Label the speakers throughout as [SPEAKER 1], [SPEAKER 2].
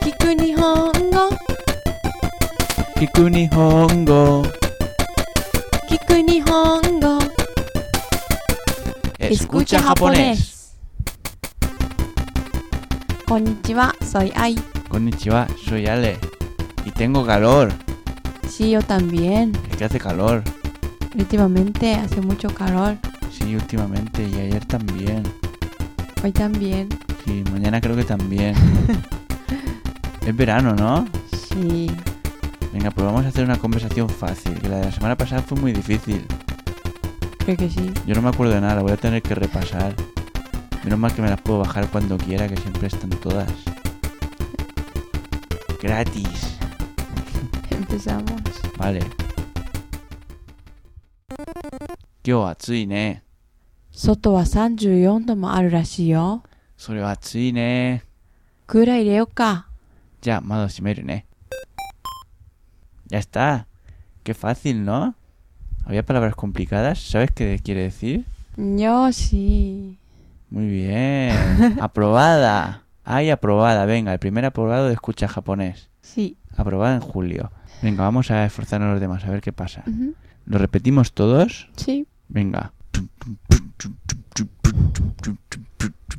[SPEAKER 1] 聞く日本語
[SPEAKER 2] 聞く日本語
[SPEAKER 1] 聞く日本語 Escucha japonés こんにちは、soy Ai
[SPEAKER 2] Konnichiwa, soy Ale. Y tengo calor.
[SPEAKER 1] Sí, yo también
[SPEAKER 2] Es que hace calor.
[SPEAKER 1] Últimamente hace mucho calor
[SPEAKER 2] Sí, últimamente. Y ayer también.
[SPEAKER 1] Hoy también
[SPEAKER 2] Sí, mañana creo que también. es verano, ¿no?
[SPEAKER 1] Sí
[SPEAKER 2] Venga, pues vamos a hacer una conversación fácil. Que la de la semana pasada fue muy difícil.
[SPEAKER 1] Creo que sí
[SPEAKER 2] Yo no me acuerdo de nada, la voy a tener que repasar. Menos mal que me las puedo bajar cuando quiera, que siempre están todas. Gratis.
[SPEAKER 1] Empezamos
[SPEAKER 2] Vale. Yo, atsui ne.
[SPEAKER 1] 外は34度もあるらしいよ
[SPEAKER 2] Sore wa atsui ne.
[SPEAKER 1] クーラー入れようか
[SPEAKER 2] Ya, mado shimeru ne. Ya está. Qué fácil, ¿no? Había palabras complicadas. ¿Sabes qué quiere decir?
[SPEAKER 1] よし
[SPEAKER 2] Muy bien. aprobada. Ay, aprobada. Venga, el primer aprobado de escucha japonés.
[SPEAKER 1] し
[SPEAKER 2] Aprobada en julio. Venga, vamos a esforzarnos los demás a ver qué pasa.
[SPEAKER 1] うん、
[SPEAKER 2] ¿Lo repetimos todos?
[SPEAKER 1] し
[SPEAKER 2] Venga.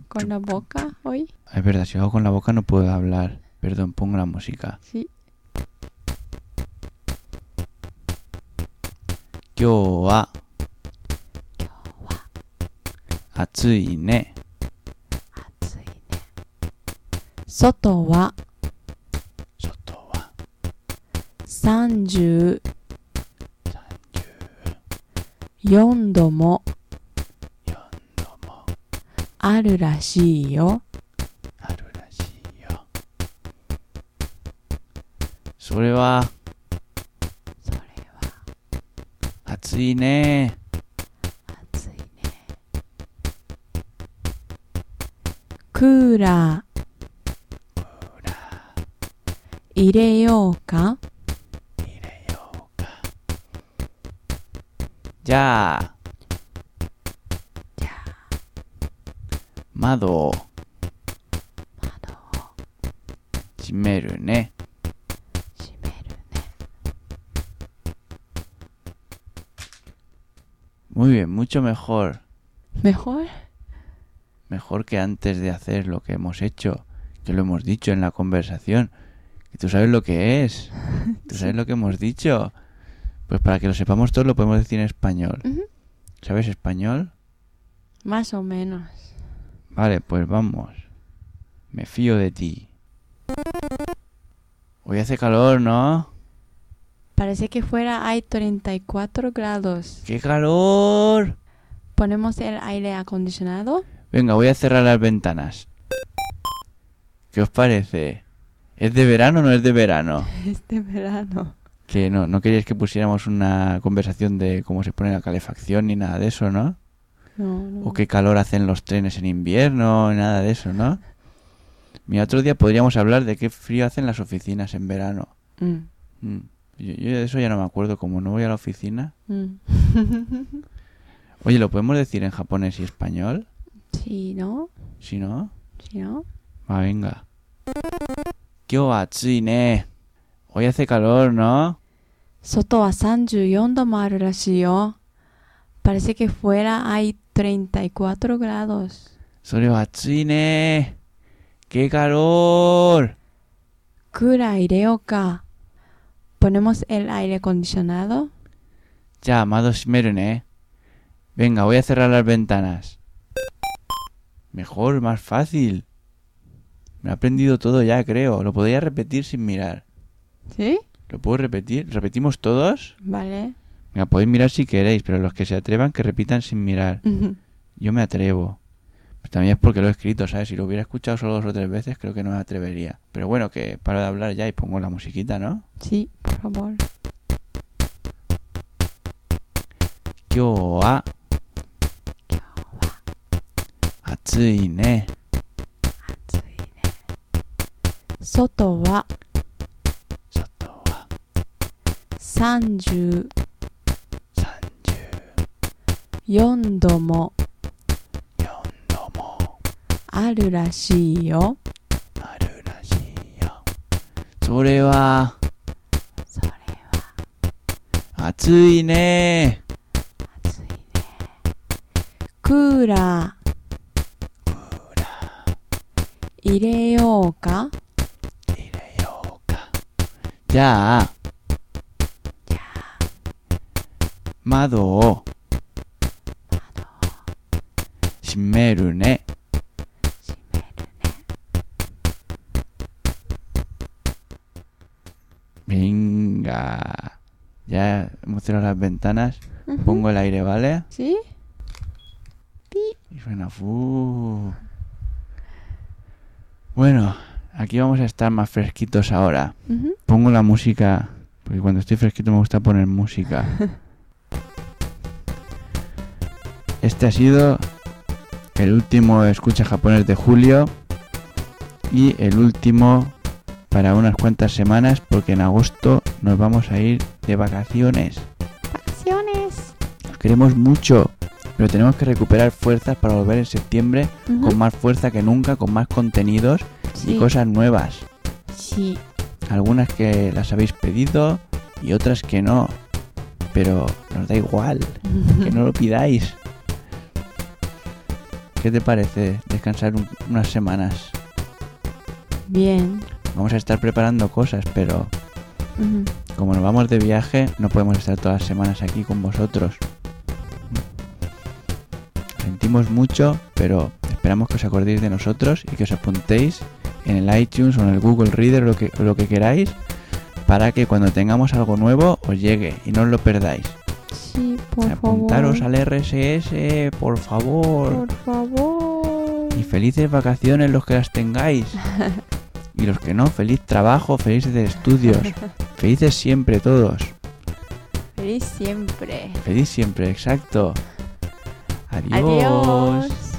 [SPEAKER 1] このボカおい
[SPEAKER 2] Ah, Es verdad, si lo hago con la boca no puedo hablar. Perdón, pongo la música.
[SPEAKER 1] し
[SPEAKER 2] Yo wa.
[SPEAKER 1] 暑
[SPEAKER 2] Atsui ne.
[SPEAKER 1] いね外は
[SPEAKER 2] Soto wa.
[SPEAKER 1] 34度もあるらしいよ
[SPEAKER 2] Aru yo. Sore wa
[SPEAKER 1] それは
[SPEAKER 2] atsui ne.
[SPEAKER 1] 暑いねクーラー入れようか
[SPEAKER 2] Ya. Mado. Shimeru ne.
[SPEAKER 1] 閉めるね
[SPEAKER 2] Muy bien, mucho mejor.
[SPEAKER 1] めほい
[SPEAKER 2] Mejor que antes de hacer lo que hemos hecho, que lo hemos dicho en la conversación. Que tú sabes lo que es. Tú sabes lo que hemos dicho. Pues para que lo sepamos todos lo podemos decir en español.
[SPEAKER 1] Ujú.
[SPEAKER 2] ¿Sabes español?
[SPEAKER 1] ましょめの
[SPEAKER 2] Vale, pues vamos. Me fío de ti. Hoy hace calor, ¿no?
[SPEAKER 1] parece que fuera hay 34 grados
[SPEAKER 2] ¡Qué calor!
[SPEAKER 1] ponemos el aire acondicionado
[SPEAKER 2] Venga, voy a cerrar las ventanas. ¿Qué os parece? ¿Es de verano o no es de verano?
[SPEAKER 1] este verano
[SPEAKER 2] Que no, no queríais que pusiéramos una conversación de cómo se pone la calefacción ni nada de eso, ¿no?
[SPEAKER 1] no,
[SPEAKER 2] O
[SPEAKER 1] no.
[SPEAKER 2] qué calor hacen los trenes en invierno, nada de eso, ¿no? Mira, otro día podríamos hablar de qué frío hacen las oficinas en verano.
[SPEAKER 1] Mm,
[SPEAKER 2] Mm. Yo, yo de eso ya no me acuerdo, como no voy a la oficina.
[SPEAKER 1] mm.
[SPEAKER 2] Oye, ¿lo podemos decir en japonés y español?
[SPEAKER 1] sí no
[SPEAKER 2] Si no,
[SPEAKER 1] sí no
[SPEAKER 2] va, venga. Kyo wa atsui ne. Hoy hace calor, ¿no?
[SPEAKER 1] 外は34度もあるらしいよ parece que fuera hay 34 grados
[SPEAKER 2] Sore wa atsui ne. ¡Qué calor!
[SPEAKER 1] クーラー入れようか ponemos el aire acondicionado
[SPEAKER 2] Ya, amado Shimeru ne. Venga, voy a cerrar las ventanas. Mejor, más fácil. Me ha aprendido todo ya, creo. Lo podría repetir sin mirar.
[SPEAKER 1] sí
[SPEAKER 2] ¿Lo puedo repetir? ¿Repetimos todos?
[SPEAKER 1] vale
[SPEAKER 2] Venga, podéis mirar si queréis, pero los que se atrevan que repitan sin mirar. Yo me atrevo. Pero también es porque lo he escrito, ¿sabes? Si lo hubiera escuchado solo dos o tres veces, creo que no me atrevería. Pero bueno, que paro de hablar ya y pongo la musiquita, ¿no?
[SPEAKER 1] sí por favor
[SPEAKER 2] Yo ah. a. Atsui ne.
[SPEAKER 1] 暑いね外は
[SPEAKER 2] Soto wa
[SPEAKER 1] 34
[SPEAKER 2] sanju
[SPEAKER 1] 度もあるらしいよ
[SPEAKER 2] aru rashi yo. それは、
[SPEAKER 1] それは
[SPEAKER 2] 暑いね。
[SPEAKER 1] 暑いね。クーラー。入れようか
[SPEAKER 2] 入れようか。じゃあ、窓を閉めるね。
[SPEAKER 1] 閉めるね。
[SPEAKER 2] Venga. Ya hemos cerrado las ventanas.
[SPEAKER 1] Ujú.
[SPEAKER 2] Pongo el aire, ¿vale?
[SPEAKER 1] ¿Sí?
[SPEAKER 2] Y suena fu. Bueno, aquí vamos a estar más fresquitos ahora.
[SPEAKER 1] Ujú.
[SPEAKER 2] Pongo la música, porque cuando estoy fresquito me gusta poner música. Este ha sido el último escucha japonés de julio y el último para unas cuantas semanas porque en agosto nos vamos a ir de vacaciones.
[SPEAKER 1] Acciones.
[SPEAKER 2] Os queremos mucho, pero tenemos que recuperar fuerzas para volver en septiembre
[SPEAKER 1] Ujú.
[SPEAKER 2] con más fuerza que nunca, con más contenidos y
[SPEAKER 1] Sí.
[SPEAKER 2] cosas nuevas.
[SPEAKER 1] Sí.
[SPEAKER 2] Algunas que las habéis pedido y otras que no. Pero nos da igual, que no lo pidáis. ¿Qué te parece descansar un- unas semanas?
[SPEAKER 1] Bien.
[SPEAKER 2] Vamos a estar preparando cosas, pero
[SPEAKER 1] Ujú.
[SPEAKER 2] como nos vamos de viaje, no podemos estar todas las semanas aquí con vosotros. Sentimos mucho, pero esperamos que os acordéis de nosotros y que os apuntéis en el iTunes o en el Google Reader, lo que, lo que queráis, para que cuando tengamos algo nuevo os llegue y no os lo perdáis.
[SPEAKER 1] Sí, por
[SPEAKER 2] Apuntaros
[SPEAKER 1] favor.
[SPEAKER 2] al RSS, por favor.
[SPEAKER 1] Por favor.
[SPEAKER 2] Y felices vacaciones los que las tengáis. Y los que no, feliz trabajo, felices estudios. Felices siempre todos.
[SPEAKER 1] Feliz siempre.
[SPEAKER 2] Feliz siempre, exacto. Adiós.
[SPEAKER 1] Adiós.